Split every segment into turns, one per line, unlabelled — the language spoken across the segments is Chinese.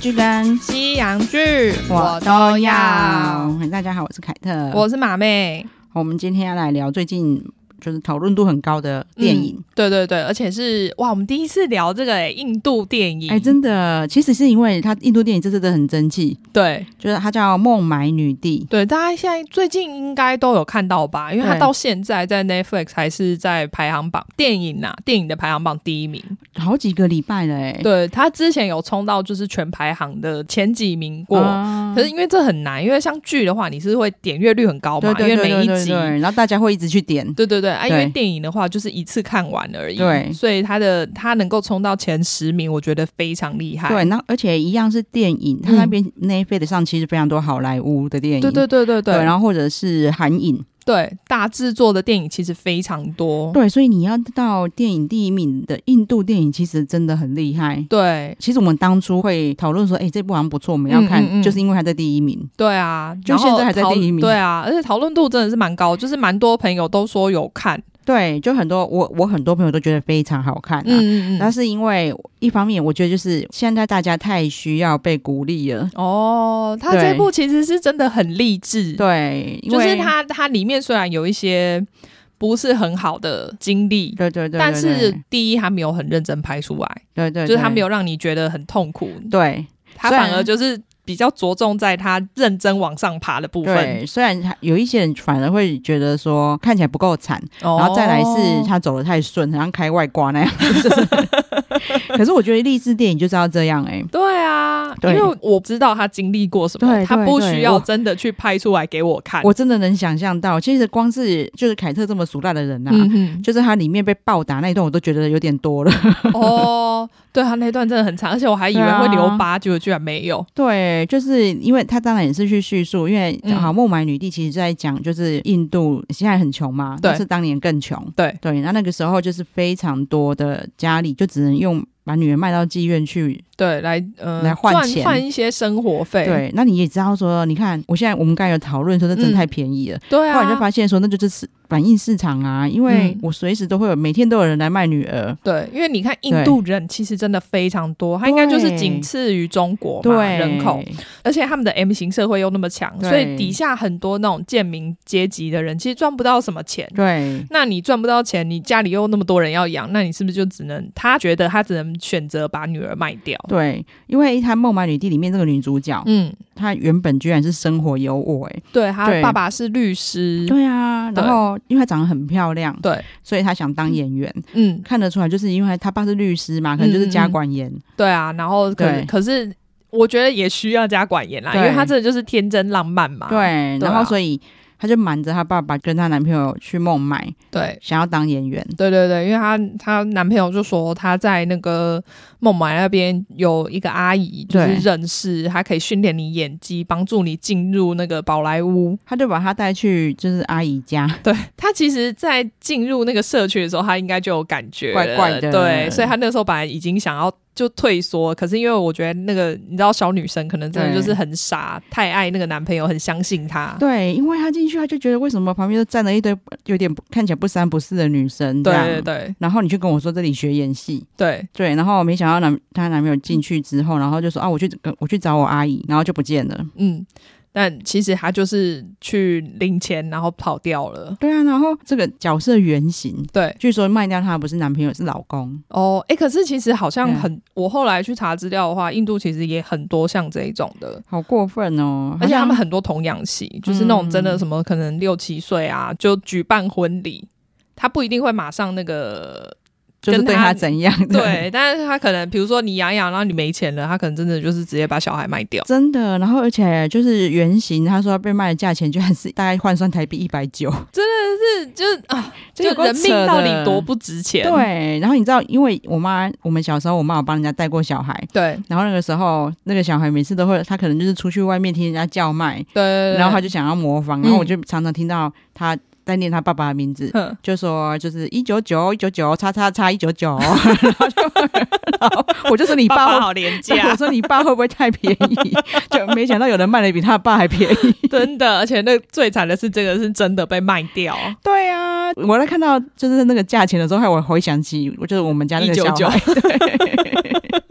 剧跟
西洋剧
我都要。。嘿大家好，我是凯特。
我是马妹，
我们今天要来聊最近就是讨论度很高的嗯电影。
对对对，而且是哇，我们第一次聊这个诶印度电影，
哎、真的，其实是因为它印度电影这次真的很争气，
对
就是它叫《孟买女帝
对，大家现在最近应该都有看到吧？因为它
对
到现在在 Netflix 还是在排行榜电影呐、电影的排行榜第一名。》，
好几个礼拜了、哎，
对，它之前有冲到就是全排行的前几名过。
啊
可是因为这很难，因为像剧的话，你是会点阅率很高嘛
对，对
因
对
为
对
每一
对
集
对然后大家会一直去点。
对对对，啊，因
对
为电影的话就是一次看完而已，
对
所以它的它能够冲到前十名，我觉得非常厉害。
对，那而且一样是电影，它
嗯
那边 Netflix 上其实非常多好莱坞的电影，
对对对对
对，
对，然后
然后或者是韩影，
对大制作的电影其实非常多，
对，所以你要到电影第一名的印度电影，其实真的很厉害。
对
其实我们当初会讨论说，哎、这部好像不错，我们要看，
嗯嗯嗯
就是因为它在第一名。
对啊，
就
然后
现在还在
讨
第一名
对啊，而且讨论度真的是蛮高，就是蛮多朋友都说有看，
对，就很多我我很多朋友都觉得非常好看、啊。
嗯嗯
那
嗯，
是因为一方面，我觉得就是现在大家太需要被鼓励了。
哦，他
对
这部其实是真的很励志，
对，因
就
为
是，它它里面虽然有一些不是很好的经历。
对对对对
但是
对
第一，他没有很认真拍出来，
对对，
就是他没
有
有让你觉得很痛苦，
对
他
虽
反
然
而就是比较着重在他认真往上爬的部分
对。。虽然他有一些人反而会觉得说看起来不够惨，
然
然后再来
哦
是他走的太顺，好像开外挂那样。 就是可是我觉得励志电影就是要这样哎、
对啊，因
对
为我知道他经历过什
对
么，他
对
不
对
需要
我
真的去拍出来给我看。
我真的能想象到，其实光是就是凯特这么俗辣的人呐、
嗯哼，
就是他里面被暴打那一段，我都觉得有点多了。
哦，对他那段真的很长，而且我还以为
对啊
会留疤，结果居然没有。
对，就是因为他当然也是去叙述，因为
嗯
好孟买女帝其实在讲就是印度现在很穷嘛，
对
但是当年更穷。
对
对，那那个时候就是非常多的家里就只能用把女儿卖到妓院去
对，来呃
来换
赚
钱
换一些生活费。
对，那你也知道说，你看我现在我们刚才有讨论说，这真的
嗯
太便宜了。
对
后来就
啊，
发现说，那就是市反映市场啊，因为
嗯
我随时都会有，每天都有人来卖女儿。
对，因为你看印
对
度人其实真的非常多，他应该就是
对
仅次于中国嘛
对，
人口。而且他们的 M 型社会又那么强，
对
所以底下很多那种贱民阶级的人其实赚不到什么钱。
对
那你赚不到钱，你家里又那么多人要养，那你是不是就只能他觉得他只能选择把女儿卖掉？
对，因为他《孟买女帝》里面这个女主角，
哦嗯，
她原本居然是生活有我哎、
对，他
对
爸爸是律师，
对啊，
嗯对
然后因为她长得很漂亮，
对，
所以她想当演员，
嗯，
看得出来，就是因为她爸是律师嘛，可能就是家管严。
对啊，然后可
对
可是我觉得也需要加管严啦，因
对
为他这就是天真浪漫嘛，
对，
对啊
然后所以她就瞒着她爸爸跟她男朋友去孟买，
对。
想要当演员。
对对对，因为她她男朋友就说她在那个孟买那边有一个阿姨，就是
对
认识，她可以训练你演技，帮助你进入那个宝莱坞。
他就把他带去就是阿姨家，
对她其实，在进入那个社区的时候，她应该就有感觉了，
怪怪的
对，所以她那时候本来已经想要就退缩，可是因为我觉得那个你知道，小女生可能真的
对
就是很傻，太爱那个男朋友，很相信他。
对，因为他进去他就觉得为什么旁边都站了一堆有点不看起来不三不四的女生这
对
样，
对对
然后你就跟我说这里学演戏，
对
对，然后没想到男她男朋友进去之后，然后就说啊我去我去找我阿姨，然后就不见了。
嗯，但其实她就是去领钱，然后跑掉了。
对啊，然后这个角色原型，
对，
据说卖掉她不是男朋友是老公，
哦，哎、可是其实好像
嗯
很，我后来去查资料的话，印度其实也很多像这一种的，
好过分哦！
而且他们
好像嗯
很多童养媳，就是那种真的什么可能六七岁啊就举办婚礼，他不一定会马上那个
就是
跟
对
他
她怎样的，
对，但是他可能比如说你养一养，然后你没钱了，他可能真的就是直接把小孩卖 掉。
真的，然后而且就是原型，他说被卖的价钱居然是大概换算台币一百九，
是，就是啊，就
这有够
人命
扯的
到底多不值钱？
对，然后你知道，因为我妈，我们小时候，我妈有帮人家带过小孩，
对
然后那个时候，那个小孩每次都会，他可能就是出去外面听人家叫卖，
对对，
然后他
就
就想要模仿，
嗯
然后我就常常听到他在念他爸爸的名字。
哼
就说就是一九九一九九叉叉叉一九 九，然后就我就说你
爸
爸
爸
会
好廉
对
价
我，说你爸会不会太便宜？ 就没想到有人卖的比他爸还便宜。
真的，而且那最惨的是这个是真的被卖掉，
对啊， 我在看到就是那个价钱的时候，害我回想起，我就是我们家那个小孩，
199
对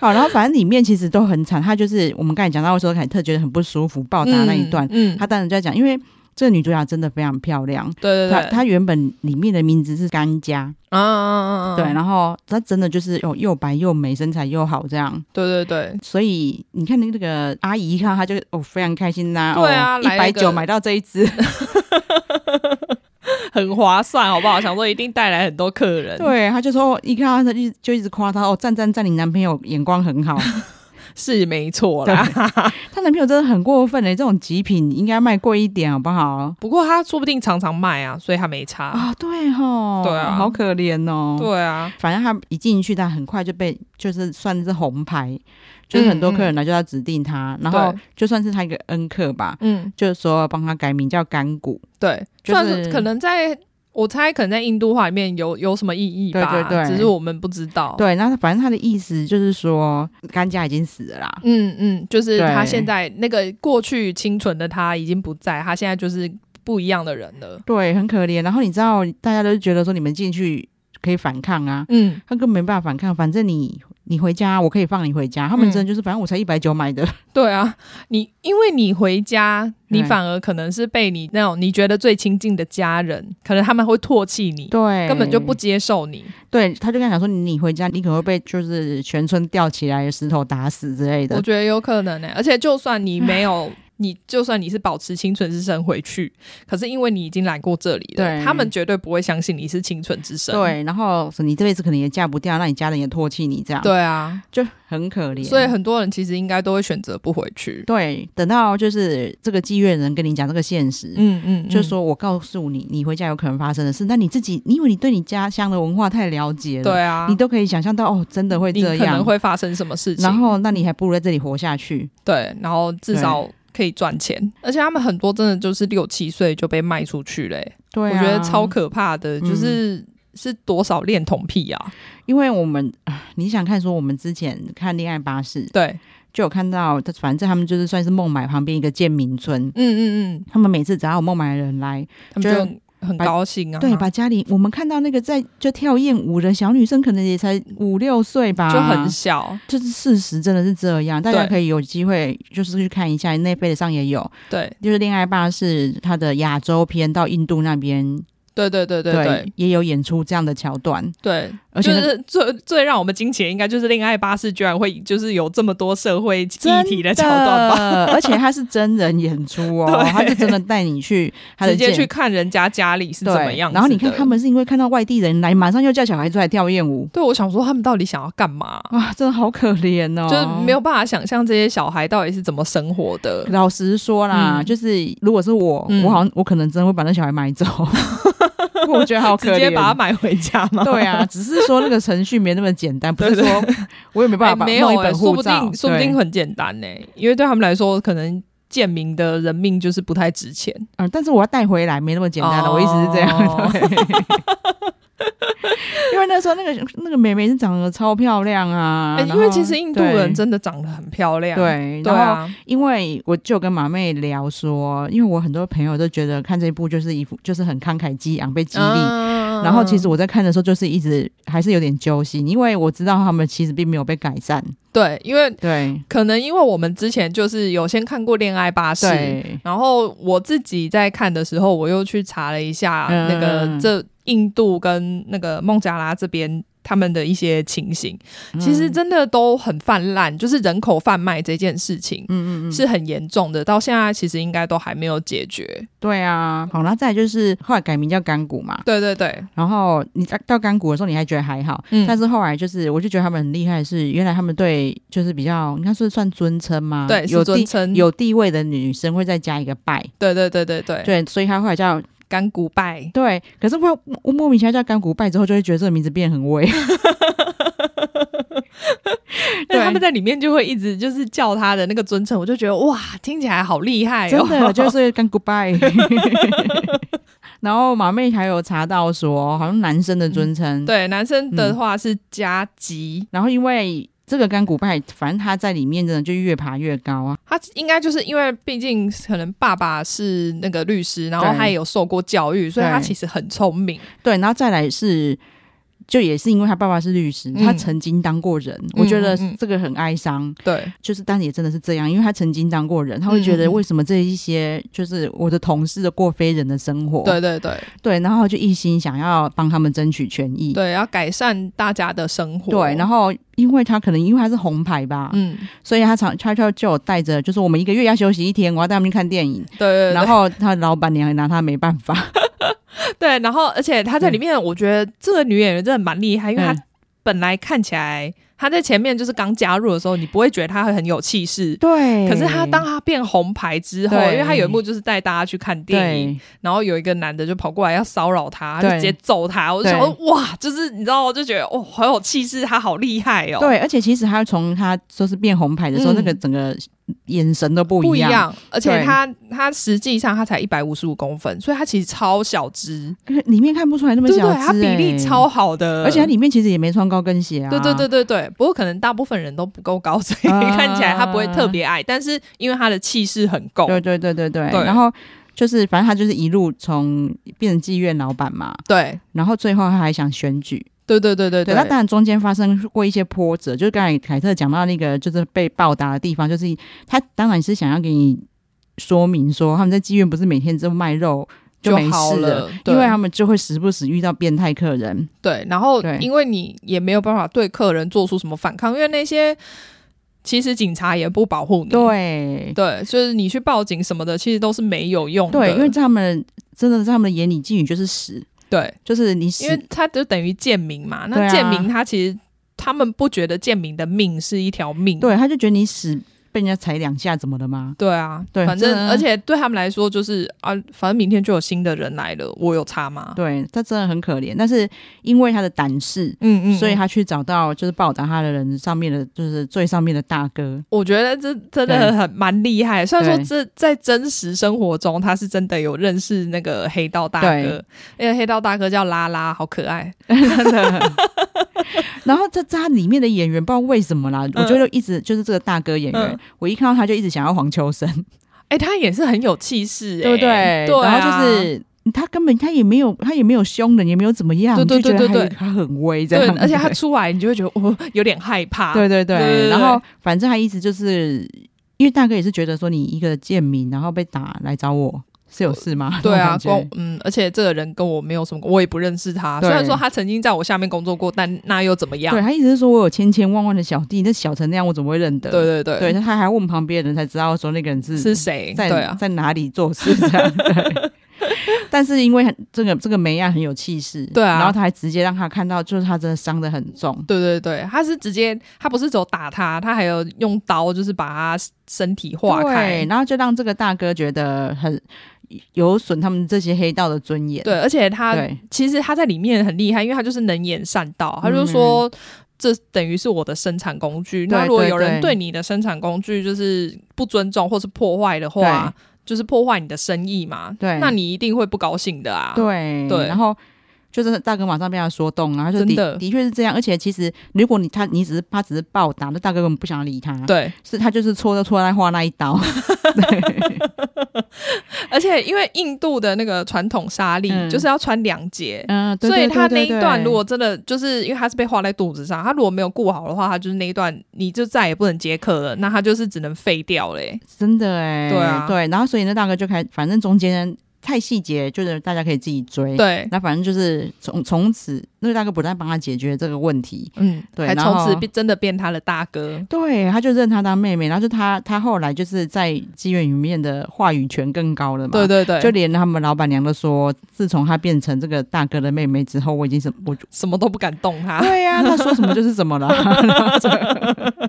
好，然后反正里面其实都很惨，他就是我们刚才讲到说凯特觉得很不舒服，报答那一段，
嗯，嗯
他当然就在讲，因为这个女主角真的非常漂亮。
对对
她
对，
她原本里面的名字是甘佳，
啊啊啊，
对，
对
然后她真的就是又又白又美，身材又好这样，
对对对，
所以你看那个那个阿姨一看她就哦非常开心呐、
对啊
哦一
来
百
那个
九买到这一 只，
很划算，好不好？想说一定带来很多客人，，
对，她就说一看到她就一直就一直夸她哦赞赞赞，你男朋友眼光很好，
是没错啦。
她男朋友真的很过分嘞、欸这种极品应该卖贵一点好不好？
不过他说不定常常卖啊，所以他没差。
啊，对吼，
对啊
好可怜哦，
对啊，
反正他一进去，他很快就被就是算是红牌，就是很多客人来就要指定他，然后
嗯对
就算是他一个恩客吧，
嗯，
就是说帮他改名叫干股，
对，
就
算
是
是可能在我猜，可能在印度话里面有有什么意义吧，
对对对
只是我们不知道。，
对，那反正他的意思就是说干家已经死了啦，
嗯嗯，就是
对
他现在那个过去清纯的他已经不在，他现在就是不一样的人了。
对，很可怜。然后你知道，大家都觉得说你们进去可以反抗啊，
嗯，
他根本没办法反抗，反正你你回家，我可以放你回家。他们
嗯
真的就是，反正我才一百九买的，
对啊，你因为你回家，你
对
反而可能是被你那种你觉得最亲近的家人，可能他们会唾弃你，
对，
根本就不接受你。
对。他就跟他讲说，你回家，你可能会被就是全村吊起来石头打死之类的
我。觉得有可能欸呢、而且就 算你没有，你就算你是保持清纯之身回去，可是因为你已经来过这里了，
对
他们绝对不会相信你是清纯之身。
对，然后你这辈子可能也嫁不掉，那你家人也唾弃你，这样
对啊，
就很可怜。
所以很多人其实应该都会选择不回去。
对，等到就是这个妓院人跟你讲这个现实，
嗯嗯，嗯
就说我告诉你，你回家有可能发生的事，但你自己，你以为你对你家乡的文化太了解了，
对、啊，
你都可以想象到哦，真的会
你
这
可能
样。
会发生什么事情，
然后，那你还不如在这里活下去。
对，然后至少。可以赚钱，而且他们很多真的就是六七岁就被卖出去嘞、
对、啊
我觉得超，可怕的，
嗯
就是、是多少恋童癖啊？
因为我们，啊你想看说我们之前看《恋爱巴士》，
对，
就有看到，反正他们就是算是孟买旁边一个建民村，
嗯嗯嗯，
他们每次只要有孟买的人来，
他们
觉得
就很
把
高兴啊，
对，把家里我们看到那个在就跳艳舞的小女生，可能也才五六岁吧，
就很小，
就是事实真的是这样。大家
对
可以有机会就是去看一下，那辈子上也有，
对
就是《恋爱巴士》它的亚洲篇到印度那边，
对对对对对
也有演出这样的桥段。
对，
而且
就
那
是最最让我们惊奇的，应该就是《恋爱巴士》居然会就是有这么多社会议题的桥段吧？
吧，而且他是真人演出 哦
对，
他就真的带你去他的
直接
建
去看人家家里是
对
怎么样子的
然后你看他，们是因为看到外地人来，马上就叫小孩出来跳艳舞，
对我想说他们到底想要干嘛？
哇，真的好可怜哦，
就是没有办法想象这些小孩到底是怎么生活的。
老实说啦，
嗯
就是如果是我，
嗯
我好像我可能真的会把那小孩买 走，我觉得好可怜。
直接把它买回家吗？
对啊，只是说那个程序没那么简单，不是说我也没
哎，
办法把
没
弄
有
一
哎、
本
说
护
不
照，
定说不定
对
很简单呢、因为对他们来说，可能贱民的人命就是不太值钱。
嗯，但是我要带回来没那么简单的，
哦
我意思是这样。对 因为那时候那个那个妹妹是长得超漂亮啊，
哎
然
因为
后
其实印度人
对
真的长得很漂亮。
对，
对
然后
啊，
因为我就跟马妹聊说，因为我很多朋友都觉得看这一部就是一副就是很慷慨激昂，被激励
嗯
然后其实我在看的时候，就是一直还是有点揪心，因为我知道他们其实并没有被改善。
对，因为
对
可能因为我们之前就是有先看过《恋爱巴士》，
对
然后我自己在看的时候，我又去查了一下
嗯
那个、这印度跟那个孟加拉这边。他们的一些情形，其
嗯
实真的都很泛滥，就是人口贩卖这件事情，嗯嗯是很严重的，到现在其实应该都还没有解决。
对啊。好，那再来就是后来改名叫干股嘛，
对对对，
然后你到到干股的时候，你还觉得还好，
嗯
但是后来就是我就觉得他们很厉害的是，原来他们对就是比较应该是算尊称吗？
对
有
是尊
地
称
有地位的女生会再加一个拜。
对对对对对，
对，所以他后来叫
干古拜，
对，可是我我莫名其妙叫干股拜之后，就会觉得这个名字变得很威。
但
对
他们在里面就会一直就是叫他的那个尊称，我就觉得哇，听起来好厉害哦！
真的就是跟 goodbye。然后马妹还有查到说，好像男生的尊称，，
对男生
嗯
的话是加急，
然后因为。这个干古拜，反正他在里面真的就越爬越高啊！
他应该就是因为毕竟可能爸爸是那个律师，然后
对
他也有受过教育，所以
对
他其实很聪明。
对，然后再来是就也是因为他爸爸是律师，
嗯
他曾经当过人，我觉得这个很哀伤。
对，
就是，但也真的是这样，因为他曾经当过人，他会觉
嗯
得
嗯嗯
为什么这一些就是我的同事过非人的生活，
对对对
对，然后就一心想要帮他们争取权益，
对，要改善大家的生活。
对，然
后
后因为他可能因为他是红牌吧，
嗯，
所以他常他就就有带着，就是我们一个月要休息一天，我要带他们去看电影，
对对对
然后他老板娘也拿他没办 法，
对，然后而且她在里
嗯
面，我觉得这个女演员真的蛮厉害，因为她
嗯
本来看起来她在前面就是刚加入的时候，你不会觉得她会很有气势。
对
可是她当她变红牌之后，
对
因为她有一幕就是带大家去看电影，
对
然后有一个男的就跑过来要骚扰她，就
对
直接揍她。我就
对
想说，哇，就是你知道，我就觉得哦，好有气势，她好厉害哦，，
对，而且其实他从他就是变红牌的时候，
嗯
那个整个眼神都不
不
一
一
样，
样。而且
对
她她实际上她才一百五十五公分，所以她其实超小只，
里面看不出来那么
对
小
不
只、
对？她比例
哎
超好的，
而且它里面其实也没穿高跟鞋啊。
对对对对对，不过可能大部分人都不够高，所以
啊
看起来他不会特别矮，但是因为他的气势很够，
对对对对对
对
然后就是反正他就是一路从变成妓院老板嘛，
对
然后最后他还想选举。
对对对对
对，那当然中间发生过一些波折，就是刚才凯特讲到那个就是被暴打的地方，就是他当然是想要给你说明说他们在妓院不是每天就卖肉
就
没
好
事
了，对
因为他们就会时不时遇到变态客人。
对，然后
对
因为你也没有办法对客人做出什么反抗，因为那些其实警察也不保护你，
对
对，就是你去报警什么的，其实都是没有用的，
对，因为在他们真的在他们的眼里，妓女就是死，
对，
就是你死
因为他就等于贱民嘛，
对
那
啊
贱民他其实。他们不觉得贱民的命是一条命，
对，他就觉得你死被人家踩两下怎么了吗？
对啊，
对
反
真
正
的
而且对他们来说就是啊，反正明天就有新的人来了，我有差吗？
对，他真的很可怜，但是因为他的胆识，
嗯
所以他去找到就是报答他的人上面的，就是最上面的大哥。
我觉得这真的
对
很蛮厉害。虽然说
对
这在真实生活中，他是真的有认识那个黑道大哥，因为黑道大哥叫拉拉，好可爱。
然后这在他里面的演员不知道为什么啦，我觉得一直就是这个大哥演员，
嗯
我一看到他就一直想要黄秋 生，
哎、他也是很有气势、欸，
对不对？
对、啊，
然后就是。他根本他也没有他也没有凶人，也没有怎么样，
对对
就觉得
对对
他他很威这
对
样，，
而且他出来你就会觉得哦，有点害怕。
对对对，
对对对
然后反正他意思就是，因为大哥也是觉得说你一个贱民，然后被打来找我是有事吗？
对啊，
那种
跟
感觉
嗯，而且这个人跟我没有什么，我也不认识他。虽
对
然说他曾经在我下面工作过，但那又怎么样
对？他意思是说我有千千万万的小弟，那小成那样我怎么会认得？
对对对
对，他还问旁边的人才知道说那个人是
是谁？
在、
对啊，
在哪里做事这样。对 但是因为很这个这个梅亚很有气势，
对啊
然后他还直接让他看到，就是他真的伤的很重，
对对对，他是直接，他不是只有打他，他还有用刀，就是把他身体划开
对，。然后就让这个大哥觉得很有损他们这些黑道的尊严，
对，而啊且他
对
其实他在里面很厉害，因为他就是能言善道，他就说。这等于是我的生产工具。
嗯对
那如果
对
有人
对
对你的生产工具就是不尊重或是破坏的话，就是破坏你的生意嘛，
对
那你一定会不高兴的啊。
对
对
然后就是大哥马上被他说动啊，他就
真
的
的
的确是这样，而且其实如果你他你只是他只是暴打，那大哥根本不想理他，，
对，
是他就是戳着戳在画那一刀，
而且因为印度的那个传统纱丽、
嗯
就是要穿两节，
嗯，对
所以他
对对
那一
对
段如果真的就是因为他是被画在肚子上，他如果没有顾好的话，他就是那一段你就再也不能接客了，那他就是只能废掉欸嘞、
真的哎、
对啊
对，然后所以那大哥就开，反正中间太细节，就是大家可以自己追，，
对，
那反正就是从从此那个大哥不但帮他解决这个问题。
嗯，
对
还
然后
从此变真的变他的大哥。
对，他就认他当妹妹，然后就他他后来就是在妓院里面的话语权更高了嘛，
对对对，
就连他们老板娘都说，自从她变成这个大哥的妹妹之后，我已经什么我就
什么都不敢动他。
对呀、她说什么就是什么了。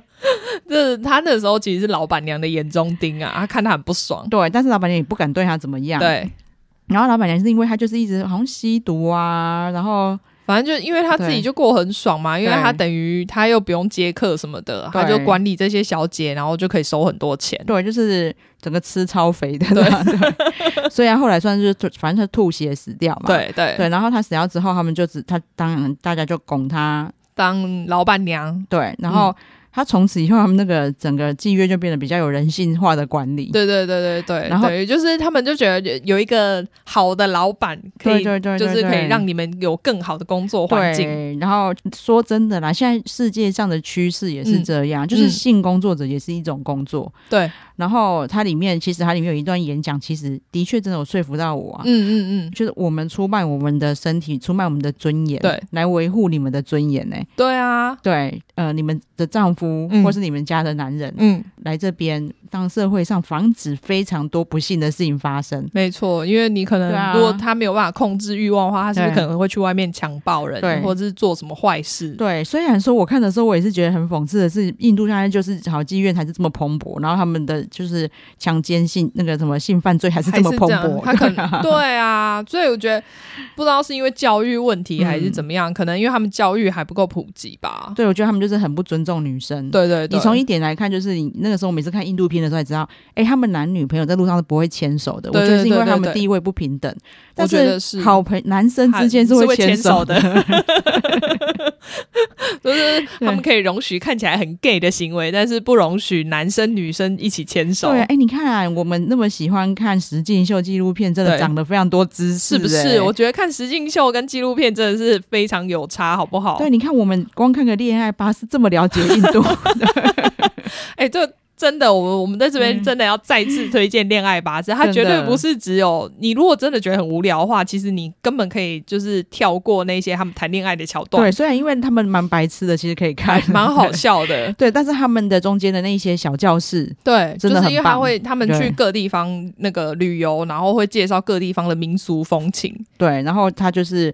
这他那时候其实是老板娘的眼中钉啊，他看他很不爽。
对，但是老板娘也不敢对她怎么样。，
对，
然后老板娘是因为她就是一直好像吸毒啊，然后
反正就因为他自己
对
就过很爽嘛，因为
对
他等于他又不用接客什么的，
对
他就管理这些小姐，然后就可以收很多钱。
对，就是整个吃超肥的。对， 所以她后来算是就反正她吐血死掉嘛。。
对对，
对，然后她死掉之后，他们就只她当然大家就拱她，
当老板娘，
对，然后他从此以后，他们那个整个妓院就变得比较有人性化的管理。
对对对对对，
然后
等于就是他们就觉得有有一个好的老板可以，
对对对对
就是可以
对
让你们有更好的工作环境。
对，然后说真的啦，现在世界上的趋势也是这样，就
嗯
是性工作者也是一种工作。
对，
然后它里面其实它里面有一段演讲，其实的确真的有说服到我啊。
嗯嗯嗯，
就是我们出卖我们的身体，出卖我们的尊严，
对，
来维护你们的尊严呢、
对啊，
对，呃，你们的丈夫、
嗯
或是你们家的男人、
嗯，
来这边，当社会上防止非常多不幸的事情发生。
没错，因为你可能
对啊
如果他没有办法控制欲望的话，他是不是
对
可能会去外面强暴人，
对
或者是做什么坏事？
对，虽然说我看的时候，我也是觉得很讽刺的是，印度现在就是好妓院还是这么蓬勃，然后他们的就是强奸性那个什么性犯罪还是
还
这么
是
蓬
样
勃，
他可能 对啊，所以我觉得不知道是因为教育问题还是
嗯
怎么样，可能因为他们教育还不够普及吧。
对，我觉得他们就是很不尊重女生。
对对对，
你从一点来看，就是你那个时候每次看印度片的时候才知道，哎、他们男女朋友在路上是不会牵手的。
对
我觉得是因
对
为
对
他们
对
地位不平等，但
觉得是
好朋男生之间
是
会
会牵
手
手的， 就是他们可以容许看起来很 gay 的行为，但是不容许男生女生一起牵手
对，。哎、你看我们那么喜欢看实境秀纪录片，真的
对
长了非常多哎知识、
是不
诶
是？我觉得看实境秀跟纪录片真的是非常有差，好不好？
对，你看我们光看个恋爱巴士这么了解印 度，
哎、这真的，我们我们在这边
嗯
真的要再次推荐《恋爱巴士》，它
真的
绝对不是只有你。如果真的觉得很无聊的话，其实你根本可以就是跳过那些他们谈恋爱的桥段
对，，虽然因为他们蛮白痴的，其实可以看，。
蛮好笑的
对，但是他们的中间的那些小教室，
对，就
真的
是
很
因为
棒
他会他们去
对
各地方那个旅游，然后会介绍各地方的民俗风情。
对，然后他就是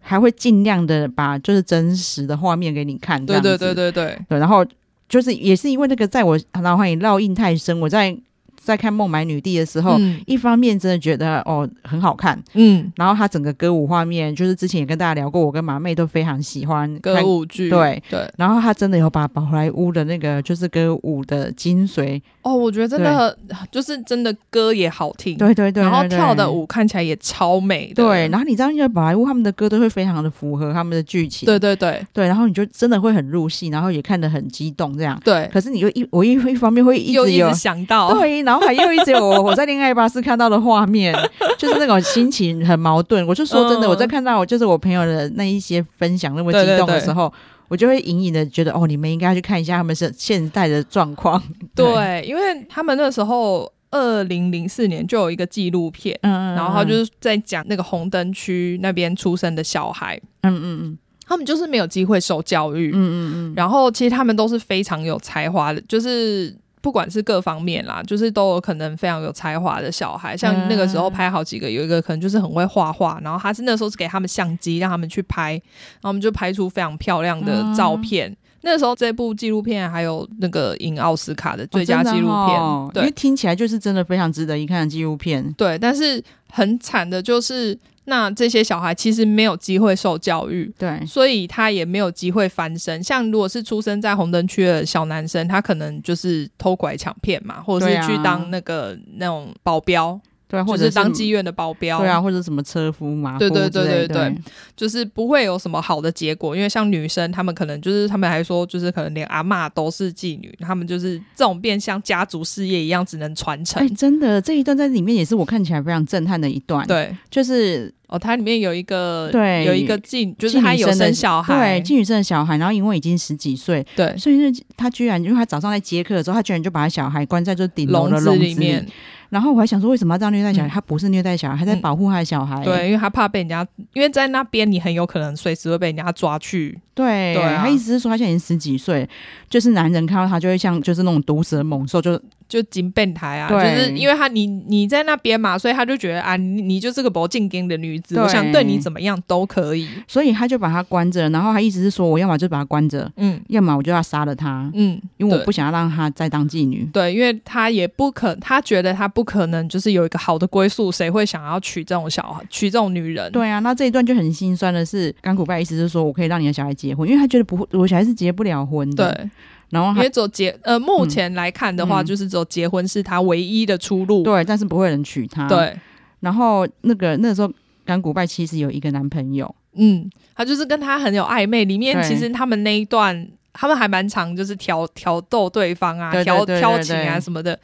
还会尽量的把就是真实的画面给你看，这
对
样
对
子
对对对，
对，然后就是也是因为那个在我脑海里烙印太深，我在在看《孟买女帝》的时候，
嗯
一方面真的觉得哦很好看，
嗯，
然后她整个歌舞画面，就是之前也跟大家聊过，我跟马妹都非常喜欢
歌
看。
舞剧，
对
对。
然后她真的有把宝莱坞的那个就是歌舞的精髓，
哦，我觉得真的就是真的歌也好听，
对对对，
然后
对
跳的，舞看起来也超美的，
对对。然后你知道，因为宝莱坞他们的歌都会非常的符合他们的剧情，
对对对
对然后你就真的会很入戏，然后也看得很激动这样。
对，
可是你又一我一一方面会一
又
直
一
有
直想到，
对，脑海又一直有我我在恋爱巴士看到的画面，就是那种心情很矛盾。我就说真的，
嗯
我在看到就是我朋友的那一些分享那么激
对对
动的
对
时候，我就会隐隐的觉得，哦，你们应该去看一下他们是现在的状况。
对，因为他们那时候二零零四年就有一个纪录片，
嗯，嗯
然后他
嗯
就是在讲那个红灯区那边出生的小孩，
嗯嗯
他们就是没有机会受教育，
嗯嗯嗯
然后其实他们都是非常有才华的，就是。不管是各方面啦，就是都有可能非常有才华的小孩，像那个时候
嗯
拍好几个，有一个可能就是很会画画，然后他是那时候是给他们相机让他们去拍，然后我们就拍出非常漂亮的
啊
照片。那时候这部纪录片还有那个赢奥斯卡的
哦
最佳
真的
纪录片，
哦因
对
为听起来就是真的非常值得一看的纪录片。
对，但是很惨的就是，那这些小孩其实没有机会受教育，
对，
所以他也没有机会翻身。像如果是出生在红灯区的小男生，他可能就是偷拐抢骗嘛，或者
对
是
啊
去当那个、那种保镖，
对，或
就
者
是当妓院的保镖，
对啊，，或者什么车夫马
对
夫
对
之
对
类
对对就是不会有什么好的结果。因为像女生，她们可能就是他们还说，就是可能连阿嬷都是妓女，她们就是这种变相家族事业一样，只能传承。
哎，真的这一段在里面也是我看起来非常震撼的一段。，
对。
就是
哦，它里面有一个
对
有一个妓，就是
妓
她
女
有
生的
生小孩，
对，妓女生的小孩，然后因为已经十几岁，
对
所以是他居然，因为他早上在接客的时候，他居然就把小孩关在就顶楼
笼
的
子
笼子
里面，
然后我还想说，为什么要这样虐待小孩？
嗯
他不是虐待小孩，他在
嗯
保护他的小孩。
对，因为她怕被人家，因为在那边你很有可能随时会被人家抓去，
对，
对啊
他意思是说，他现在已经十几岁，就是男人看到他就会像就是那种毒蛇猛兽，就
就金变台啊，就
对
是因为她你你在那边嘛，所以她就觉得啊，你你就是个不进京的女子，
对
我想对你怎么样都可以，
所以他就把他关着，然后他意思是说，我要么就把他关着，
嗯
要么我就要杀了他，
嗯，
因为我
对
不想要让他再当妓女。
对，因为她也不可，她觉得她不可能就是有一个好的归宿，谁会想要娶这种小孩，娶这种女人？
对啊，那这一段就很心酸的是，甘苦拜意思是说我可以让你的小孩结婚，因为他觉得不会，我小孩是结不了婚的。
对，
然后
因
他
为走结呃，目前来看的话，
嗯
就是走结婚是他唯一的出路。
对，啊但是不会有人娶她。，
对，
然后那个那时候甘古拜其实有一个男朋友，
嗯，他就是跟他很有暧昧。里面
对
其实他们那一段他们还蛮常就是挑挑逗对方啊，
对对
挑
对对
挑情啊
对
什么的，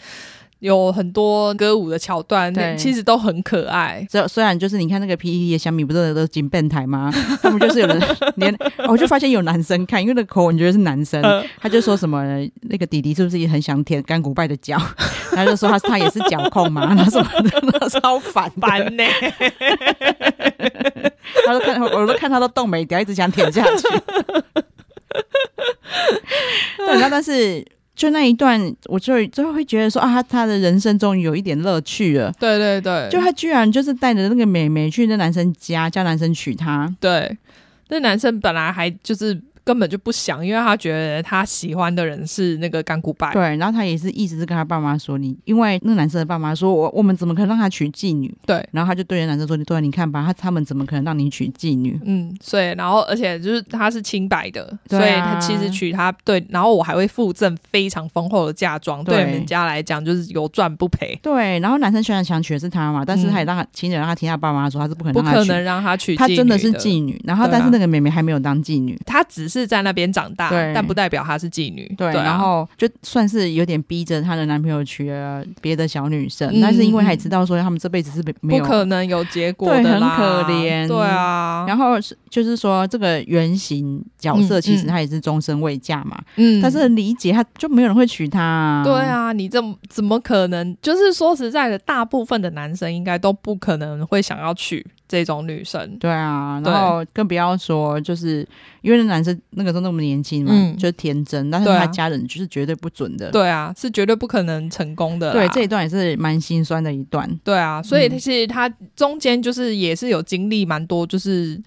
有很多歌舞的桥段，那
对
其实都很可爱。
这虽然就是你看那个 PPT 的小米不是都金变态吗？他们就是有 人连，哦我就发现有男生看，因为那个口吻觉得是男生，
呃
他就说什么那个弟弟是不是也很想舔干古拜的脚？ 然后就说他他也是脚控嘛， 然后什么的，那超烦的。
烦呢、
他都看我都看他都动没掉，一直想舔下 去。对，那但是就那一段，我就就会觉得说啊，他他的人生终于有一点乐趣了。
对对对，
就他居然就是带着那个妹妹去那男生家，叫男生娶她。
对，那男生本来还就是根本就不想，因为他觉得他喜欢的人是那个干古拜。
对，然后他也是一直是跟他爸妈说你，因为那个男生的爸妈说我我们怎么可能让他娶妓女？
对，
然后他就对那男生说，你对，你看吧，他他们怎么可能让你娶妓女？
嗯，所以然后而且就是他是清白的，
对
所以他
啊
其实娶她对，然后我还会附赠非常丰厚的嫁妆，对
对
人家来讲就是有赚不赔，
对，然后男生虽然想娶的是她嘛，但是
嗯
他也让他亲眼让他听他爸妈说，他是不可
不
能让他
可
娶
能让他娶
她
妓
真的
女
是妓女，然后
对啊
但是那个妹妹还没有当妓女，
她只是在那边长大，
对
但不代表她是妓女。
对，
啊
然后就算是有点逼着她的男朋友娶了别的小女生，
嗯
但是因为还知道说他们这辈子是没
不
有。
可能有结果
对
的
很
啦，
可怜
对啊，
然后是就是说，这个原型角色
嗯
其实
嗯
她也是终身未嫁嘛，
嗯
但是很理解她就没有人会娶她、啊
对，啊，你怎么怎么可能？就是说实在的，大部分的男生应该都不可能会想要娶这种女生。
对啊，
对
然后更不要说，就是因为那男生那个时候那么年轻嘛，
嗯
就是天真，但是
对啊
他家人就是绝对不准的。
对啊，是绝对不可能成功的啦。
对，这一段也是蛮心酸的一段。
对啊，所以
嗯
其实他中间就是也是有经历蛮多，就是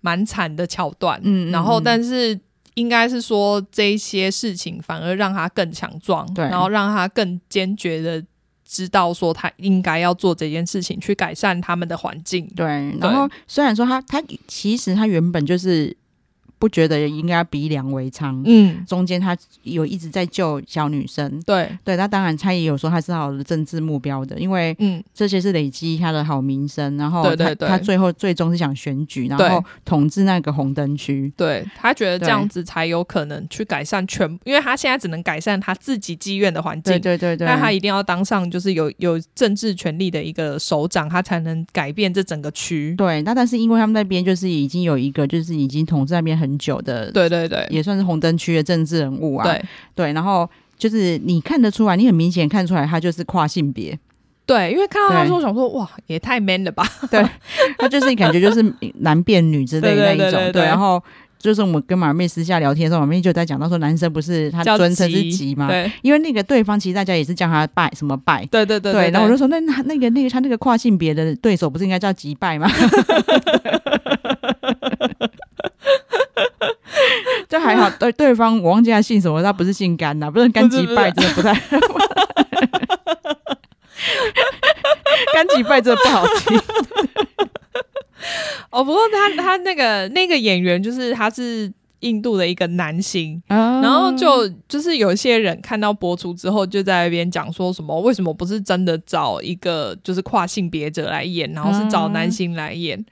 蛮惨的桥段。
嗯嗯
然后
嗯
但是应该是说这一些事情反而让他更强壮，
对
然后让他更坚决的知道说他应该要做这件事情，去改善他们的环境。
对，然后虽然说他他其实他原本就是不觉得应该逼良为娼，
嗯，
中间他有一直在救小女生。
对，
对，那当然他也有说他是好的政治目标的，因为
嗯。
这些是累积他的好名声，然后他
对对对
他最后最终是想选举，然
对
后统治那个红灯区。
对他觉得这
对
样子才有可能去改善全，因为他现在只能改善他自己积怨的环境
对，对对对，
但他一定要当上就是有有政治权力的一个首长，他才能改变这整个区。
对，那但是因为他们那边就是已经有一个就是已经统治那边很久的，
对对对
也算是红灯区的政治人物啊。
对
对，然后就是你看得出来，你很明显看出来他就是跨性别。
对，因为看到他
对
说，我想说哇，也太 man 了吧？
他就是感觉就是男变女之类的那一种，
对对对对对
然后就是我们跟马妹私下聊天的时候，马妹就在讲到说，男生不是他
叫
尊称是
吉
吉嘛，
对
因为那个对方其实大家也是叫他拜什么拜。
对对对
然后我就说，那那那个那个他那个跨性别的对手不是应该叫吉拜吗？ 就还好，对对方我忘记他姓什么，他不是姓甘呐、不然甘吉拜真的不太， 甘吉拜真的不好听。
哦，不过他他那个那个演员就是他是印度的一个男星。
啊
然后就就是有一些人看到播出之后，就在那边讲说什么为什么不是真的找一个就是跨性别者来演，然后是找
嗯
男星来演，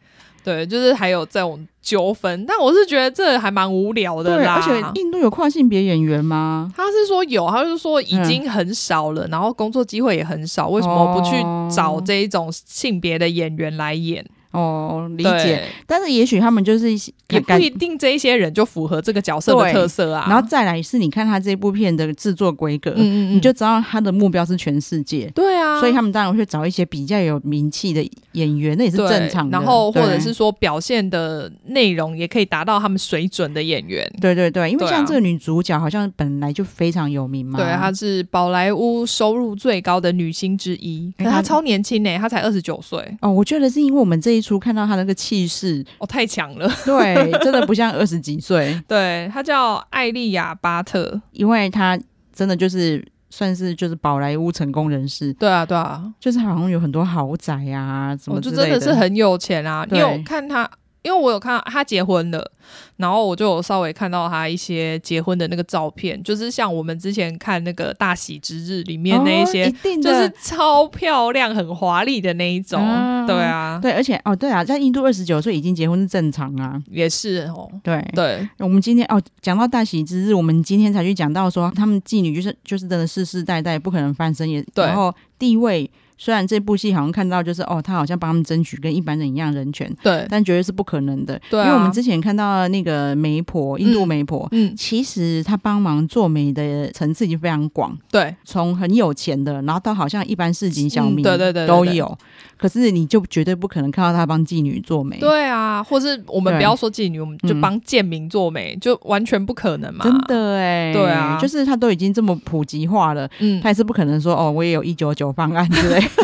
对，就是还有这种纠纷。但我是觉得这还蛮无聊的
对，
啦。
而且印度有跨性别演员吗？
他是说有，他是说已经很少了，然后工作机会也很少，为什么不去找这一种性别的演员来演？
哦，理
对
解。，但是也许他们就是一些
也不
感
一定这一些人就符合这个角色的
对
特色啊。
然后再来是，你看他这部片的制作规格，
嗯，嗯嗯，
你就知道他的目标是全世界，
对啊，
所以他们当然会找一些比较有名气的演员，那也是
对
正常的。
然后或
对
者是说表现的内容也可以达到他们水准的演员。
对对对，因为
对啊
像这个女主角好像本来就非常有名嘛，
对，她是宝莱坞收入最高的女星之一，可
哎
是
她
她超年轻呢、欸她才二十九岁，
哦，我觉得是因为我们这一出看到她那个气势，
哦，太强了。
对，真的不像二十几岁，
对，她叫艾丽亚·巴特。
因为她真的就是算是就是宝莱坞成功人士，
对啊，对啊，
就是好像有很多豪宅啊什
我
么
哦就
之
真
类
的是很有钱啊！你
对
有看他？因为我有看到他结婚了，然后我就有稍微看到他一些结婚的那个照片，就是像我们之前看那个《大喜之日》里面那一些，
哦一定
就
的
是超漂亮、很华丽的那一种。
啊
对啊，
对，而且哦，对啊，在印度二十九岁已经结婚是正常啊。
也是哦。
对，
对，
我们今天哦，讲到大喜之日，我们今天才去讲到说，他们妓女就是就是真的世世代代不可能翻身也。
对
然后地位，虽然这部戏好像看到就是哦，他好像帮他们争取跟一般人一样人权，
对，
但绝对是不可能的。
对啊
因为我们之前看到那个媒婆，印度媒婆。
嗯，
其实她帮忙做媒的层次已经非常广，
对，
从很有钱的，然后到好像一般市井小
嗯
民，
对对对对
都
对
有。可是你就绝对不可能看到她帮妓女做媒，
对啊，或是我们
对
不要说妓女，我们就
嗯
帮贱民做媒，就完全不可能嘛。
真，的哎、
对啊
就是他都已经这么普及化了，
嗯，
他也是不可能说哦，我也有一九九方案之类。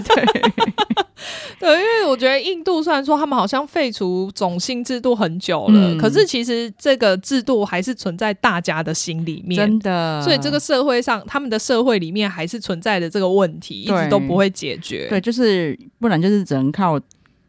对，因为我觉得印度虽然说他们好像废除种姓制度很久了，
嗯
可是其实这个制度还是存在大家的心里面
真。的。
所以这个社会上，他们的社会里面还是存在的这个问题，一直
对
都不会解决。
对，就是不然就是只能靠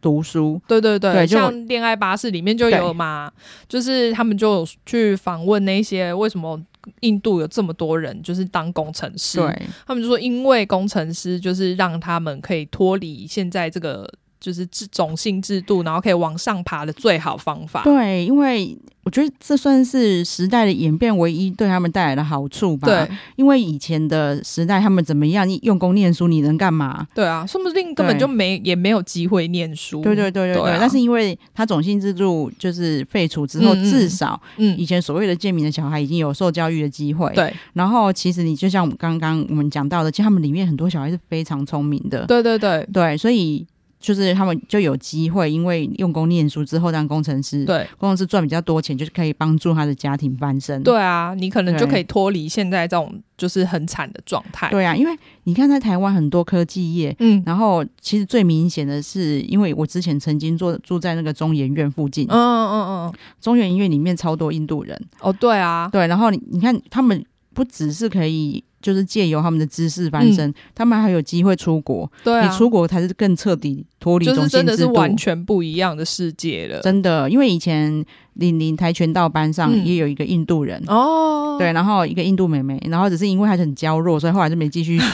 读书。
对对对，
对就
像《恋爱巴士》里面就有嘛，就是他们就有去访问那些为什么印度有这么多人就是当工程师，
对，
他们就说，因为工程师就是让他们可以脱离现在这个就是制种姓制度，然后可以往上爬的最好方法。
对，因为我觉得这算是时代的演变唯一对他们带来的好处吧。
对，
因为以前的时代，他们怎么样你用功念书，你能干嘛？
对啊，说不定根本
对
就没也没有机会念书。
对对对对对。
对啊
但是因为他种姓制度就是废除之后，
嗯嗯
至少以
嗯，
前所谓的贱民的小孩已经有受教育的机会。
对
然后其实你就像我们刚刚我们讲到的，其实他们里面很多小孩是非常聪明的，
对对对
对，所以就是他们就有机会，因为用功念书之后当工程师，
对
工程师赚比较多钱，就是可以帮助他的家庭翻身。
对啊，你可能就
对
可以脱离现在这种就是很惨的状态。
对啊，因为你看在台湾很多科技业。
嗯
然后，其实最明显的是，因为我之前曾经住住在那个中研院附近
嗯，嗯嗯嗯，
中研院里面超多印度人，
哦对啊，
对，然后你你看，他们不只是可以就是借由他们的知识翻身，
嗯
他们还有机会出国，
对啊
你，出国才是更彻底脱离
就是
种姓
真的
制
是
度。
完全不一样的世界了。
真的，因为以前李林跆拳道班上
嗯
也有一个印度人，
哦，
对，啊然后一个印度妹妹，然后只是因为她很娇弱，所以后来就没继续 学，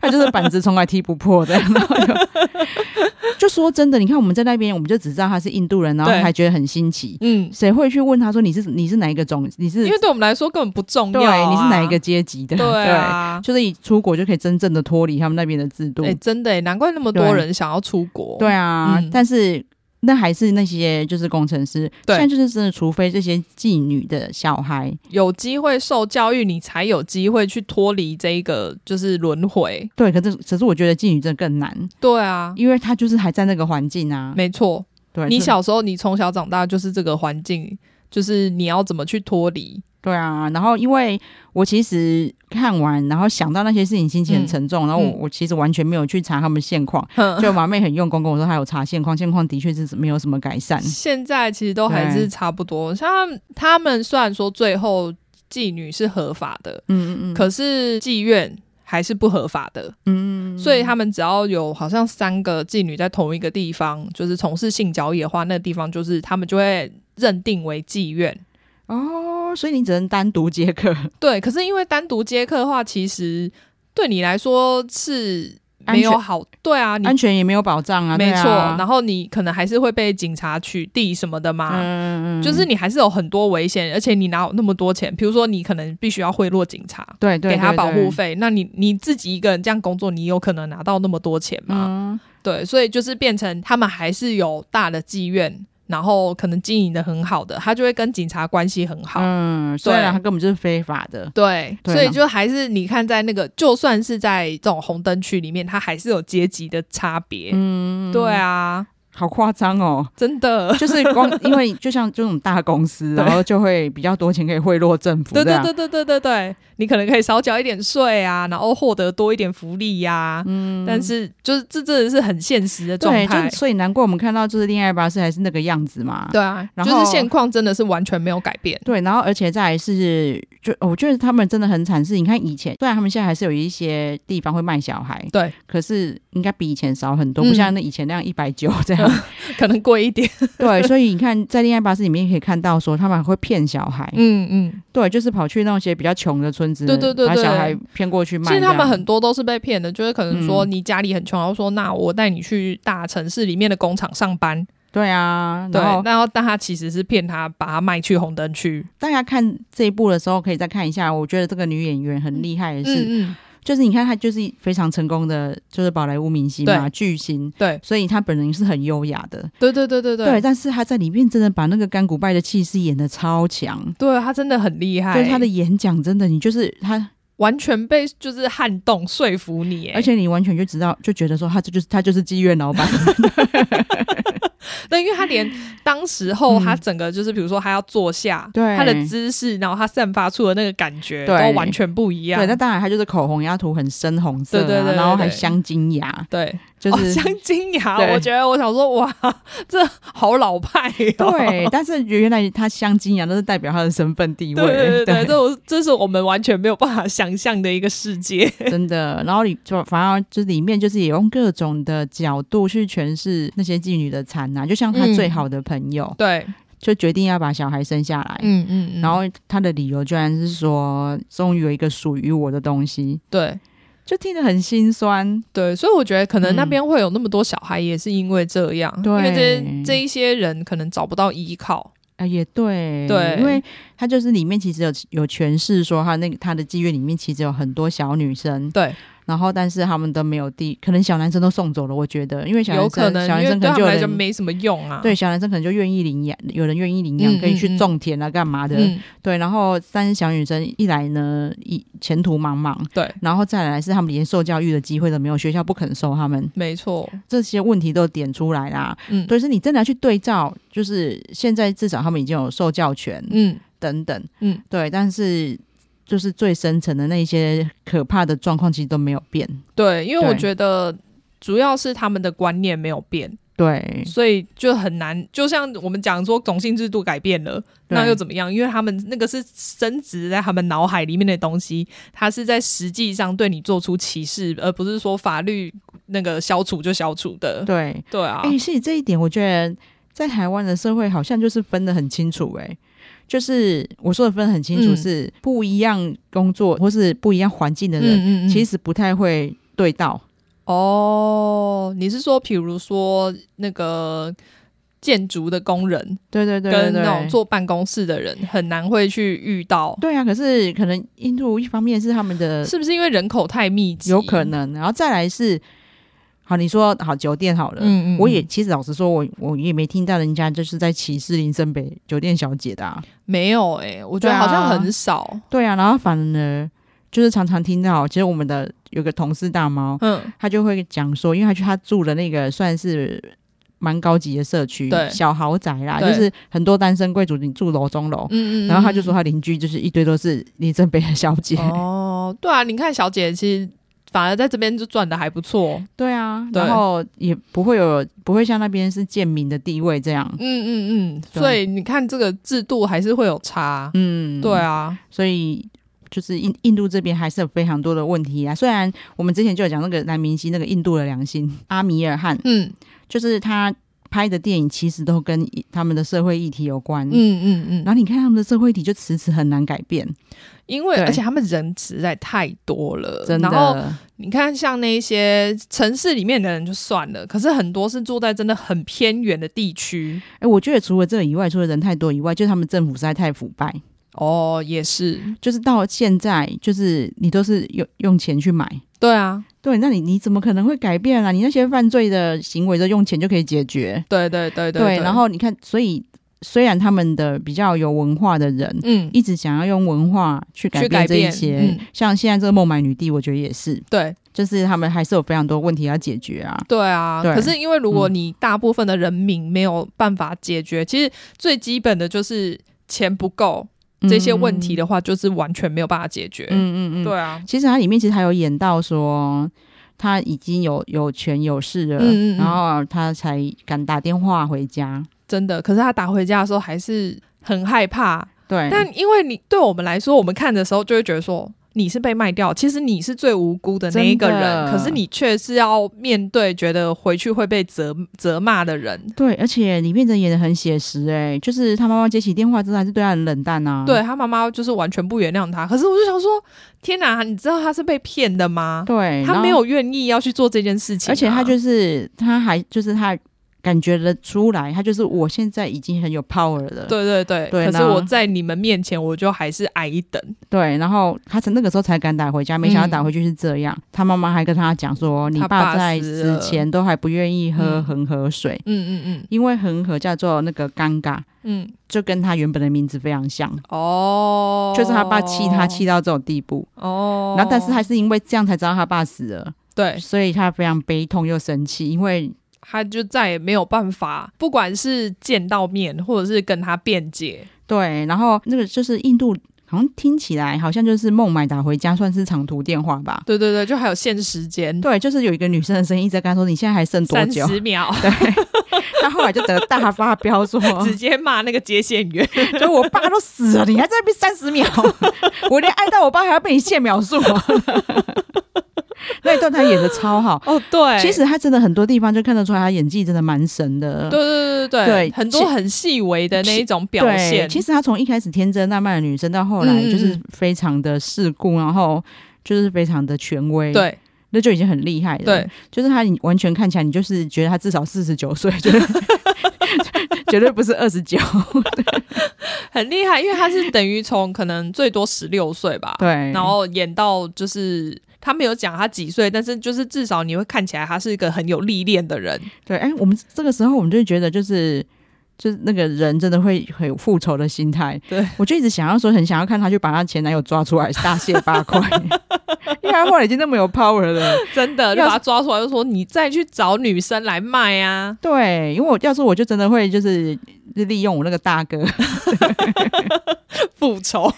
她就是板子从来踢不破的。然后 就就说真的，你看我们在那边，我们就只知道她是印度人，然后
对
还觉得很新奇，
嗯，
谁会去问她说你是你是哪一个种？你是
因为对我们来说根本不重要、
对
啊。
你是哪一个？阶级的？
对啊，
就是以出国就可以真正的脱离他们那边的制度。
哎、真的耶，难怪那么多
对
人想要出国。
对啊，
嗯
但是那还是那些就是工程师，
对
现在就是真的，除非这些妓女的小孩，
有机会受教育，你才有机会去脱离这一个就是轮回。
对，可是可是我觉得妓女真的更难，
对啊，
因为她就是还在那个环境啊。
没错。
对，
你
是
小时候，你从小长大就是这个环境，就是你要怎么去脱离？
对啊，然后因为我其实看完，然后想到那些事情，心情很沉重，然后我、
嗯
我其实完全没有去查他们现况。
哼
就马妹很用功跟我说，她有查现况，现况的确是没有什么改善。
现在其实都还
嗯
是
对
差不多。像他们虽然说最后妓女是合法的，
嗯嗯嗯，
可是妓院还是不合法的。
嗯，
所以他们只要有好像三个妓女在同一个地方，就是从事性交易的话，那个地方就是他们就会认定为妓院。
哦，所以你只能单独接客，
对，可是因为单独接客的话，其实对你来说是
安
没有
全
好，对啊，你
安全也没有保障啊。
没
对
错，
啊、
然后你可能还是会被警察取缔什么的嘛。
嗯嗯嗯，
就是你还是有很多危险，而且你哪有那么多钱？比如说，你可能必须要贿赂警察，
对对嗯
给他保护
对
费。那你你自己一个人这样工作，你有可能拿到那么多钱吗？
嗯，
对，所以就是变成他们还是有大的妓院，然后可能经营的很好的，他就会跟警察关系很好。
嗯，虽然它根本就是非法的，
对，
对
所以
啦
就还是你看，在那个就算是在这种红灯区里面，它还是有阶级的差别。
嗯，
对，啊，
好夸张 哦。
真的，
就是光，因为就像这种大公司，
对
然后就会比较多钱可以贿赂政府
对
这
对
样，
对对对对对，你可能可以少缴一点税啊，然后获得多一点福利呀、嗯，但是就是这真的是很现实的状
对，
态
就。所以难怪我们看到就是恋爱巴士还是那个样子嘛。
对啊，
然
就
后
是现况真的是完全没有改变。
对，然后而且再来是，就我觉得他们真的很惨，是你看以前，虽然他们现在还是有一些地方会卖小孩，
对，
可是应该比以前少很多，
嗯
不像那以前那样一百九这 样。
可能贵一点。
对，所以你看在恋爱巴士里面也可以看到说他们还会骗小孩，
嗯嗯，
对，就是跑去那些比较穷的村子，
对对对
把
对
小孩骗过去卖
其
这
实
样。
他们很多都是被骗的，就是可能说
嗯
你家里很穷，然后说那我带你去大城市里面的工厂上班，
对啊，
对，
然后
然后但他其实是骗他把他卖去红灯区。
大家看这一部的时候可以再看一下，我觉得这个女演员很厉害的是，
嗯嗯，
就是你看她就是非常成功的，就是宝莱坞明星嘛，巨星，
对
所以她本人是很优雅的。
对对对对对，
但是他在里面真的把那个甘古拜的气势演的超强，
对他真的很厉害，
就是他的演讲真的，你就是他，
完全被就是撼动说服你耶，
而且你完全就知道，就觉得说他这就是他就是妓院 老板，
那因为他连当时候
嗯
他整个就是，比如说他要坐下，
对
他的姿势，然后他散发出的那个感觉都
对
完全不一样。
对，那当然他就是口红要涂很深红色、啊，
对对对对
然后还
对
镶金牙，
对，
就
哦、
是、
像金牙，
对
我觉得我想说，哇，这好老派、 哦。
对，但是原来他镶金牙，那是代表他的身份 地位，
对对对对，这我这是我们完全没有办法想象的一个世 界。
真的。然后你就反而就是里面就是也用各种的角度去诠释那些妓女的惨啊，就像他
嗯
最好的朋友，
对，
就决定要把小孩生下来，
嗯嗯嗯
然后他的理由居然是说，终于有一个属于我的东西，
对
就听得很心酸。
对，所以我觉得可能那
嗯
边会有那么多小孩，也是因为这样，
对
因为这这一些人可能找不到依靠。
啊，也对，
对
因为他就是里面其实有有诠释说，他那个他的妓院里面其实有很多小女生，
对，
然后但是他们都没有地，可能小男生都送走了，我觉得，因为小男
有
生
可能
小男
因为
生可
对
能
他
就有
们来讲
人
没什么用啊。
对小男生可能就愿意领养，有人愿意领养，
嗯
可以
嗯
去
嗯
种田啊，干嘛的？
嗯，
对，然后但是小女生一来呢，一前途茫茫，
对，
然后再来是他们连受教育的机会都没有，学校不肯收他们，
没错，
这些问题都点出来啦。
嗯，
所以是你真的要去对照，就是现在至少他们已经有受教权
嗯，
等等，
嗯，
对，但是就是最深层的那一些可怕的状况其实都没有变，
对，因为我
对
觉得主要是他们的观念没有变，
对，
所以就很难。就像我们讲说，种姓制度改变了，那
对
又怎么样？因为他们那个是深植在他们脑海里面的东西，它是在实际上对你做出歧视，而不是说法律那个消除就消除的。
对，
对啊，
哎、所以这一点我觉得在台湾的社会好像就是分得很清楚、哎。就是我说的分得很清楚，
嗯
是不一样工作或是不一样环境的人，
嗯
其实不太会对到。
哦，你是说，比如说那个建筑的工人
对对对对
跟
对
那种坐办公室的人，很难会去遇到。
对啊，可是可能印度一方面是他们的
是不是因为人口太密集？
有可。能，然后再来是，好，你说好酒店好了，
嗯嗯，
我也
嗯
其实老实说，我我也没听到人家就是在歧视林森北酒店小姐的、啊，
没有哎、我觉得
对啊
好像很少。
对啊，然后反而就是常常听到，其实我们的有个同事大猫，
嗯，
他就会讲说，因为他去他住的那个算是。蛮高级的社区
对，
小豪宅啦，就
对
是很多单身贵族，你住楼中楼，
嗯嗯嗯，
然后他就说他邻居就是一堆都是林森北的小姐，
哦，对啊，你看小姐其实反而在这边就赚的还不错。
对啊，
对
然后也不会有不会像那边是贱民的地位这样
嗯，嗯嗯，
对
所以你看这个制度还是会有差。
嗯，
对，啊，
所以就是印印度这边还是有非常多的问题啊。虽然我们之前就有讲那个男明星那个印度的良心阿米尔汗，
嗯
就是他拍的电影其实都跟他们的社会议题有关，
嗯，嗯嗯，
然后你看他们的社会议题就迟迟很难改变，
因为
对
而且他们人实在太多了，
真
呃然后
的，
你看，像那一些城市里面的人就算了，可是很多是住在真的很偏远的地区。
哎，我觉得除了这个以外，除了人太多以外，就是他们政府实在太腐败。
哦，也是，
就是到现在，就是你都是用用钱去买，
对啊，
对，那你你怎么可能会改变啊？你那些犯罪的行为都用钱就可以解决，
对对对对
然后你看，所以虽然他们的比较有文化的人。
嗯，
一直想要用文化去改
去改
变这一
变
些，
嗯
像现在这个孟买女帝，我觉得也是，
对
就是他们还是有非常多问题要解决啊。
对啊。
对嗯
可是因为如果你大部分的人民没有办法解决，其实最基本的就是钱不够。这些问题的话，就是完全没有办法解决。
嗯嗯嗯嗯，
对啊，
其实它里面其实还有演到说，他已经有有权有势了，
嗯嗯嗯
然后他才敢打电话回家。
真的。可是他打回家的时候还是很害怕，
对，
但因为你对我们来说，我们看的时候就会觉得说。你是被卖掉，其实你是最无辜的那一个
真
人，
的
可是你却是要面对觉得回去会被责责骂的人。
对，而且里面的演的很写实、欸，就是他妈妈接起电话之后还是对他很冷淡啊。
对他妈妈就是完全不原谅他，可是我就想说，天哪，你知道他是被骗的吗？
对，然
他
后
没，有愿意要去做这件事情啊、
而且他就是他还就是他感觉得出来，他就是我现在已经很有 power 了。
对对对，
对
可是
然后
我在你们面前，我就还是矮一等。
对，然后他从那个时候才敢打回家，没想到打回去是这样。他妈妈还跟他讲说，你
他爸
在
死了
死前都还不愿意喝
嗯
恒河水，
嗯嗯嗯
因为恒河叫做那个尴尬，
嗯，
就跟他原本的名字非常像，
哦，
就是他爸气他气到这种地步。
哦，
然后，但是他是因为这样才知道他爸死了，
对，
所以他非常悲痛又生气，因为
他就再也没有办法，不管是见到面或者是跟他辩解，
对，然后那个就是印度，好像听起来好像就是孟买打回家算是长途电话吧。
对对对，就还有限时间
对，就是有一个女生的声音一直在跟他说：“你现在还剩多
三
久，
十秒？”
对， 他后来就得大发飙说
直接骂那个接线员。：“
就我爸都死了，你还在那边三十秒， 我连爱到我爸还要被你限秒数。” 那一段他演的超好，
哦，对，
其实他真的很多地方就看得出来，他演技真的蛮神的。
对对对对
对
很多
其
很细微的那一种表
对
现，
其实他从一开始天真烂漫的女生，到后来
嗯
就是
嗯
非常的世故，然后就是非常的权威，，
对
那就已经很厉害了。
对，
就是他你完全看起来，你就是觉得他至少四十九岁，绝对 绝对不是二 十九。
很厉害，因为他是等于从可能最多十六岁吧，
对，
然后演到就是他没有讲他几岁，但是就是至少你会看起来他是一个很有历练的人，
对，哎，我们这个时候我们就觉得就是。就是那个人真的会很有复仇的心态，
对
我就一直想要说，很想要看他去把他前男友抓出来大卸八 块，因为他后来已经那么有 power 了，
真的
要
就把他抓出来，就说你再去找女生来 卖啊。
对，因为我要是我就真的会就是利用我那个大哥，
复仇，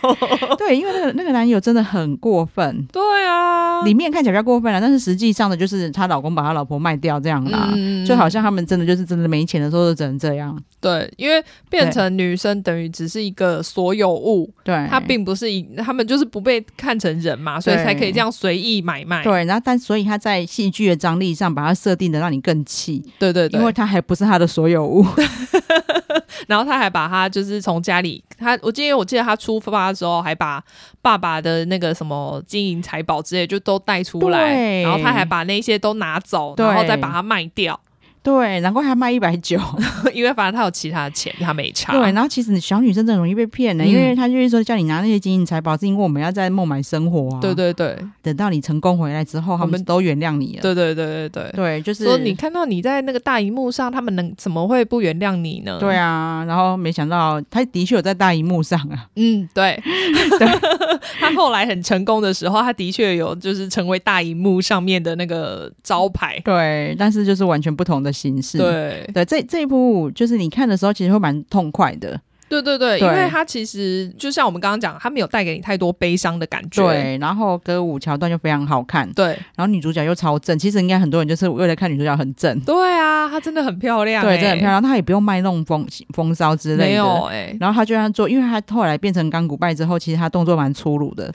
对，因为那个那个男友真的很过分，
对 啊，
里面看起来比较过分了，但是实际上的就是她老公把她老婆卖掉这样啦，
嗯
就好像他们真的就是真的没钱的时候就只能这样，
对，因为变成女生等于只是一个所有物，
对，
她并不是一，他们就是不被看成人嘛，所以才可以这样随意买卖。
对，然后但所以她在戏剧的张力上把它设定的让你更气，
对对对，
因为她还不是她的所有 物，
然后他还把他就是从家里，他我记得我记得他出发的时候还把爸爸的那个什么金银财宝之类就都带出来，
对
然后他还把那些都拿走，
对
然后再把它卖掉，
对，难怪她卖一百九，
因为反正他有其他的钱，他没差。
对，然后其实你小女生真的容易被骗的、因为
嗯
她就是说叫你拿那些金银财宝，是因为我们要在孟买生活啊，
对对对
等到你成功回来之后，他
我们
们都原谅你了。
对对对对对，
对，就是
说你看到你在那个大荧幕上，他们能怎么会不原谅你呢？
对，啊，然后没想到他的确有在大荧幕上 啊，
嗯，对。 他后来很成功的时候，他的确有就是成为大荧幕上面的那个招牌。
对，但是就是完全不同的形式。
对，
对，这这一部就是你看的时候，其实会蛮痛快的。
对对对，
对
因为它其实就像我们刚刚讲，它没有带给你太多悲伤的感觉。
对，然后歌舞桥段就非常好看，
对
然后女主角又超正，其实应该很多人就是为了看女主角很正，
对啊，它真的很漂亮、
对，真的很漂亮，她也不用卖弄风风骚之
亮
类
欸没有
的。
哎、
然后她就这样做，因为她后来变成钢骨拜之后，其实她动作蛮粗 鲁的，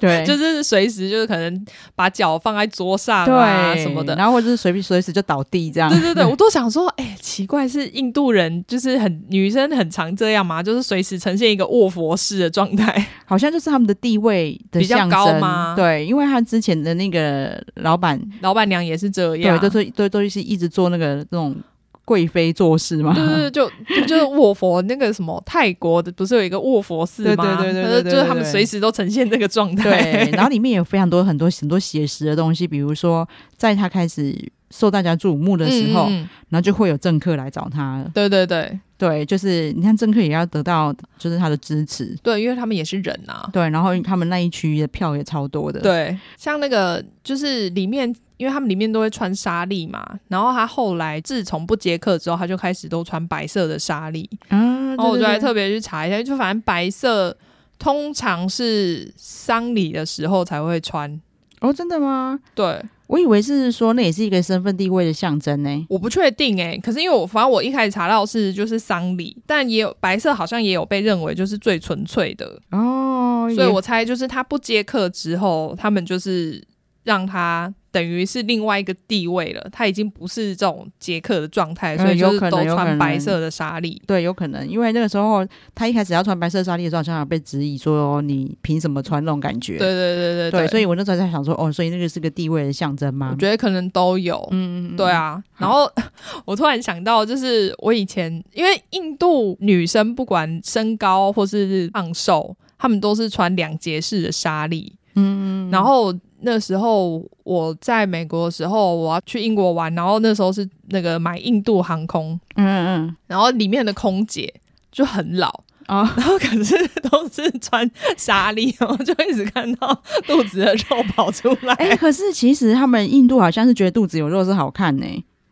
对，
就是随时就是可能把脚放在桌上啊
对
什么的。
然后或者是随便随时就倒地这样
对。对对，我都想说，哎、奇怪，是印度人就是很女生很常这样吗？就是随时呈现一个卧佛式的状态。
好像就是他们的地位的
比较
象
高
征
吗
对，因为他之前的那个老板，
老板娘也是这
对，
样，
都
对
是都都是一直做那个那种贵妃做事嘛。
对对，就就是卧佛那个什么泰国的，不是有一个卧佛式
对对
吗？
对对对
就是
对
就是
对
他们
对
随时都呈现这个状态。
对，然后里面有非常多很多很多写实的东西，比如说在他开始受大家瞩目的时候，
嗯嗯嗯
然后就会有政客来找他了。
对对对
对，就是你看政客也要得到就是他的支持，
对，因为他们也是人啊。
对，然后他们那一区的票也超多的。
对，像那个就是里面，因为他们里面都会穿纱丽嘛，然后他后来自从不接客之后，他就开始都穿白色的纱丽，
嗯，对
然哦后我就
对
还
对
特别去查一下，就反正白色通常是丧礼的时候才会穿。
哦，真的吗？
对，
我以为是说那也是一个身份地位的象征呢、
我不确定哎、可是因为我反正我一开始查到是就是丧礼，但也有白色好像也有被认为就是最纯粹的，
哦，
所以
也
我猜就是他不接客之后，他们就是让他等于是另外一个地位了，他已经不是这种接客的状态，
嗯
所以就
有
是
可能
都
有可
穿
能
白色的纱丽。
对有可能，因为那个时候他一开始要穿白色纱丽的时候，好像有被质疑说你凭什么穿那种感觉？
对对对对
对，所
以
以我那时候在想说，哦，所以那个是个地位的象征吗
我？觉得可能都有。
嗯
对，啊，然后 我突然想到，就是我以前因为印度女生不管身高或是胖瘦，她们都是穿两节式的纱丽。嗯，然后那时候我在美国的时候，我要去英国玩，然后那时候是那个买印度航空，
嗯嗯
然后里面的空姐就很老。
嗯，哦，
然后可是都是穿纱丽，然后就一直看到肚子的肉跑出来。
哎、可是其实他们印度好像是觉得肚子有肉是好看呢、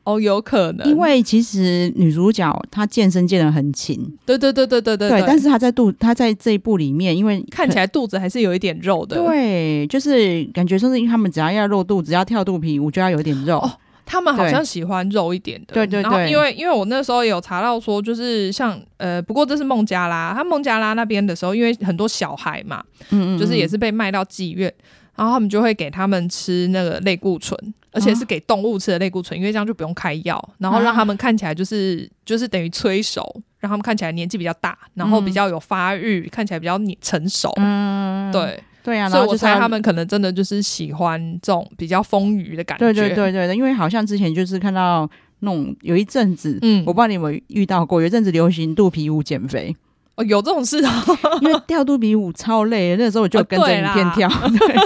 哦，有可能，
因为其实女主角她健身健得很勤，
对对对对对对
但是她在肚她在这一部里面，因为
看起来肚子还是有一点肉的。，
对，就是感觉说是他们只要要露肚，只要跳肚皮，我就要有点肉。
哦他们好像喜欢肉一点的。
对对对
然后因为因为我那时候有查到说，就是像呃，不过这是孟加拉，他孟加拉那边的时候，因为很多小孩嘛，
嗯
就是也是被卖到妓院，然后他们就会给他们吃那个类固醇，而且是给动物吃的类固醇，因为这样就不用开药，然后让他们看起来就是就是等于催熟，让他们看起来年纪比较大，然后比较有发育，看起来比较年成熟。
嗯，
对，
对啊，然
所以
后
我
就是
猜
要
他。们可能真的就是喜欢这种比较丰腴的感觉。
对对对对对，因为好像之前就是看到那种有一阵子，
嗯
我不知道你有没有遇到过，有一阵子流行肚皮舞减 肥，
哦，有这种事啊，
因为跳肚皮舞超累，那时候我
哦
就跟着影片 跳。对，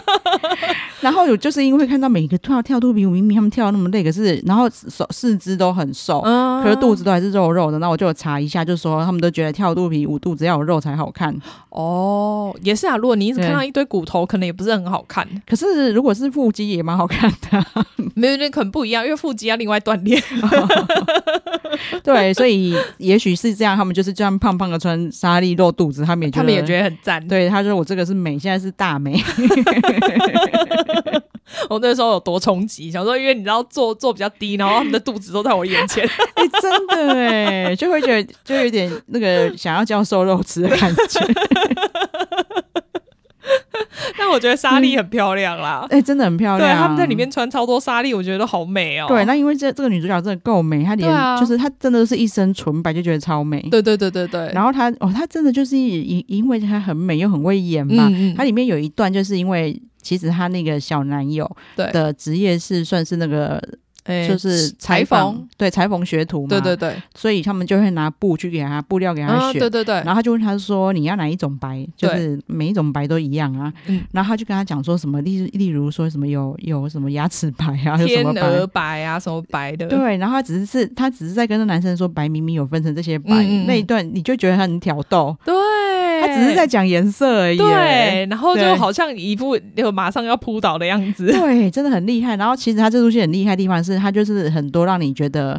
然后我就是因为看到每个跳跳肚皮舞，明明他们跳得那么累，可是然后手四肢都很瘦，
嗯
可是肚子都还是肉肉的。那我就有查一下，就说他们都觉得跳肚皮舞肚子要有肉才好看。
哦，也是啊。如果你一直
对
看到一堆骨头，可能也不是很好看，
可是如果是腹肌也蛮好看 的，
没有，那可能不一样，因为腹肌要另外锻炼。
对，所以也许是这样，他们就是这样胖胖的穿纱丽露肚子，他们也觉
他
得
们也觉得很赞。
对，他说我这个是美，现在是大美，
我那时候有多冲击，想说因为你知道坐坐比较低，然后他们的肚子都在我眼 前，
哎、真的哎，就会觉得就有点那个想要叫瘦肉吃的感觉，
但我觉得莎莉很漂亮啦。
哎、真的嗯很漂
对，
亮。啊
他们在里。面穿超多莎莉，我觉得都好美哦、
对，那因为这这个女主角真的够美，她脸、
对啊
就是她真的是一身纯白，就觉得超美。
对对对对对，
然后她哦，她真的就是因因为她很美又很会演嘛，
嗯
它里面有一段，就是因为其实她那个小男友
对
的职业是算是那个
哎
就是
裁
缝，
缝，
对裁缝学徒嘛，
对对对，
所以他们就会拿布去给他布料给他
啊
选。
对对对
然，后他就问他说：“你要哪一种白？就是每一种白都一样啊。
嗯”
然后他就跟他讲说什么，例例如说什么有有什么牙齿白啊，有什
天
么白
鹅，白啊什么白的，
对。然后他只是是他只是在跟那男生说白明明有分成这些白，
嗯嗯嗯
那一段你就觉得他很挑逗，
对，
他只是在讲颜色而已。
对，然后就
对
好像一副就马上要扑倒的样 子。
对，真的很厉害。然后其实他这出戏很厉害的地方是，他就是很多让你觉得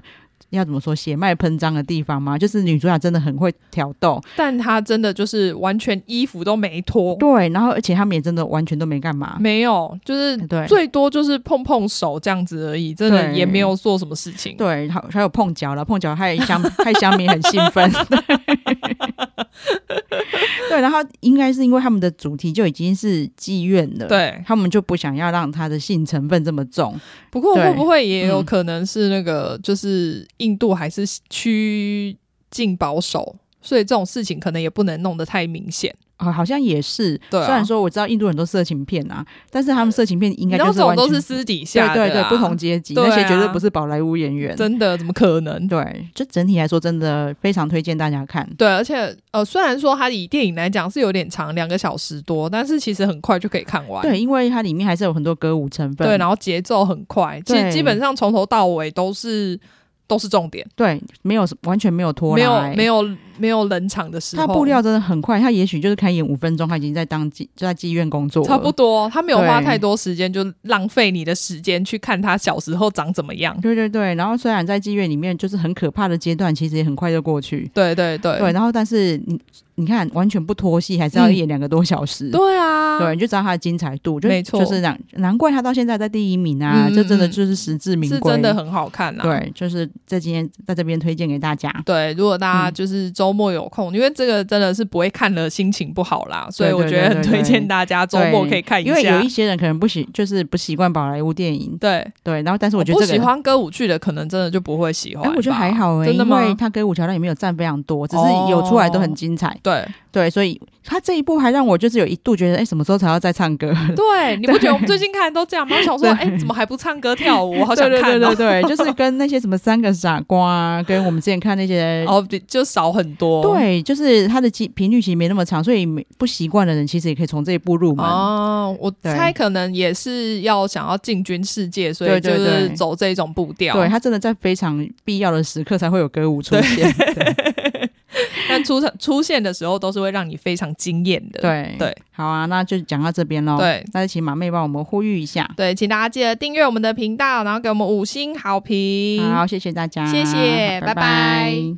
要怎么说血脉喷张的地方嘛，就是女主角真的很会挑逗，
但她真的就是完全衣服都没脱，
对，然后而且他们也真的完全都没干嘛，
没有，就是
哎对
最多就是碰碰手这样子而已，真的
对
也没有做什么事情。
对，还还有碰脚了，碰脚害香 害香米很兴奋， 对，然后应该是因为他们的主题就已经是妓院了，
对，。
他们就不想要让他的性成分这么重，
不过
对
会不会也有
嗯
可能是那个，就是印度还是趋近保守，所以这种事情可能也不能弄得太明显。
啊、好像也是。
对啊
虽然说我知道印度很多色情片啊，但是他们色情片应该
你
就
知道
是
这种
完
都
全
是私底下的、
对对对，不同，阶级，
对啊
那些绝对不是宝莱坞演员。
真的怎么可能？
对，就整体来说，真的非常推荐大家看。
对，而且呃，虽然说它以电影来讲是有点长，两个小时多，但是其实很快就可以看完。
对，因为它里面还是有很多歌舞成分。
对，然后节奏很快，其实
对
基本上从头到尾都是都是重点，
对没有完全没有拖
没
拉
有没有没有冷场的时候，
他步调真的很快，他也许就是开演五分钟，他已经在当妓就在妓院工作了，
差不多，他没有花
对
太多时间，就浪费你的时间去看他小时候长怎么样。
对对对，然后虽然在妓院里面就是很可怕的阶段，其实也很快就过去。
对对对
对，然后但是你你看完全不脱戏，还是要
嗯
演两个多小时。
对啊，
对，你就知道它的精彩度，就
没错
就是难难怪它到现在在第一名啊，
嗯
这真的
嗯
就是实至名
是
归，
真的很好看啊。
对，就是在今天在这边推荐给大家。
对，如果大家
嗯
就是周末有空，因为这个真的是不会看了心情不好啦，所以
对
我
对
觉得
对
很
对
推
对
荐大家周末
对
可以看一
因为
下
有一。些人可能不喜，就是不习惯宝莱坞电影，
对，
对。然后，但是我觉得
哦不
这个，
喜欢歌舞剧的，可能真的就不会喜欢
哎
吧。，
我觉得还好哎、
真的
因
吗哦
为它歌舞桥段里面有占非常多，只是有出来都很精彩，
对
对。所以它这一部还让我就是有一度觉得，哎、什么时候才要再唱歌？
对，你不觉得我们最近看的都这样吗？我想说，
对
哎、怎么还不唱歌跳舞？我 好想
对
看
对
哦
对。对对，就是跟那些什么三个傻瓜、啊，跟我们之前看那些。
哦，比就少很多。
对，就是它的机频率其实没那么长，所以没不习惯的人其实也可以从这一步入门。
哦，我
对
猜可能也是要想要进军世界，所以
对
就
对
是
对
走这种步调。
对，它真的在非常必要的时刻才会有歌舞出 现。
但出场出现的时候都是会让你非常惊艳的。
对
对
好啊，那就讲到这边喽。
对
那就请马妹帮我们呼吁一下。
对，请大家记得订阅我们的频道，然后给我们五星好评。
好，谢谢大家，
嗯谢谢拜拜
拜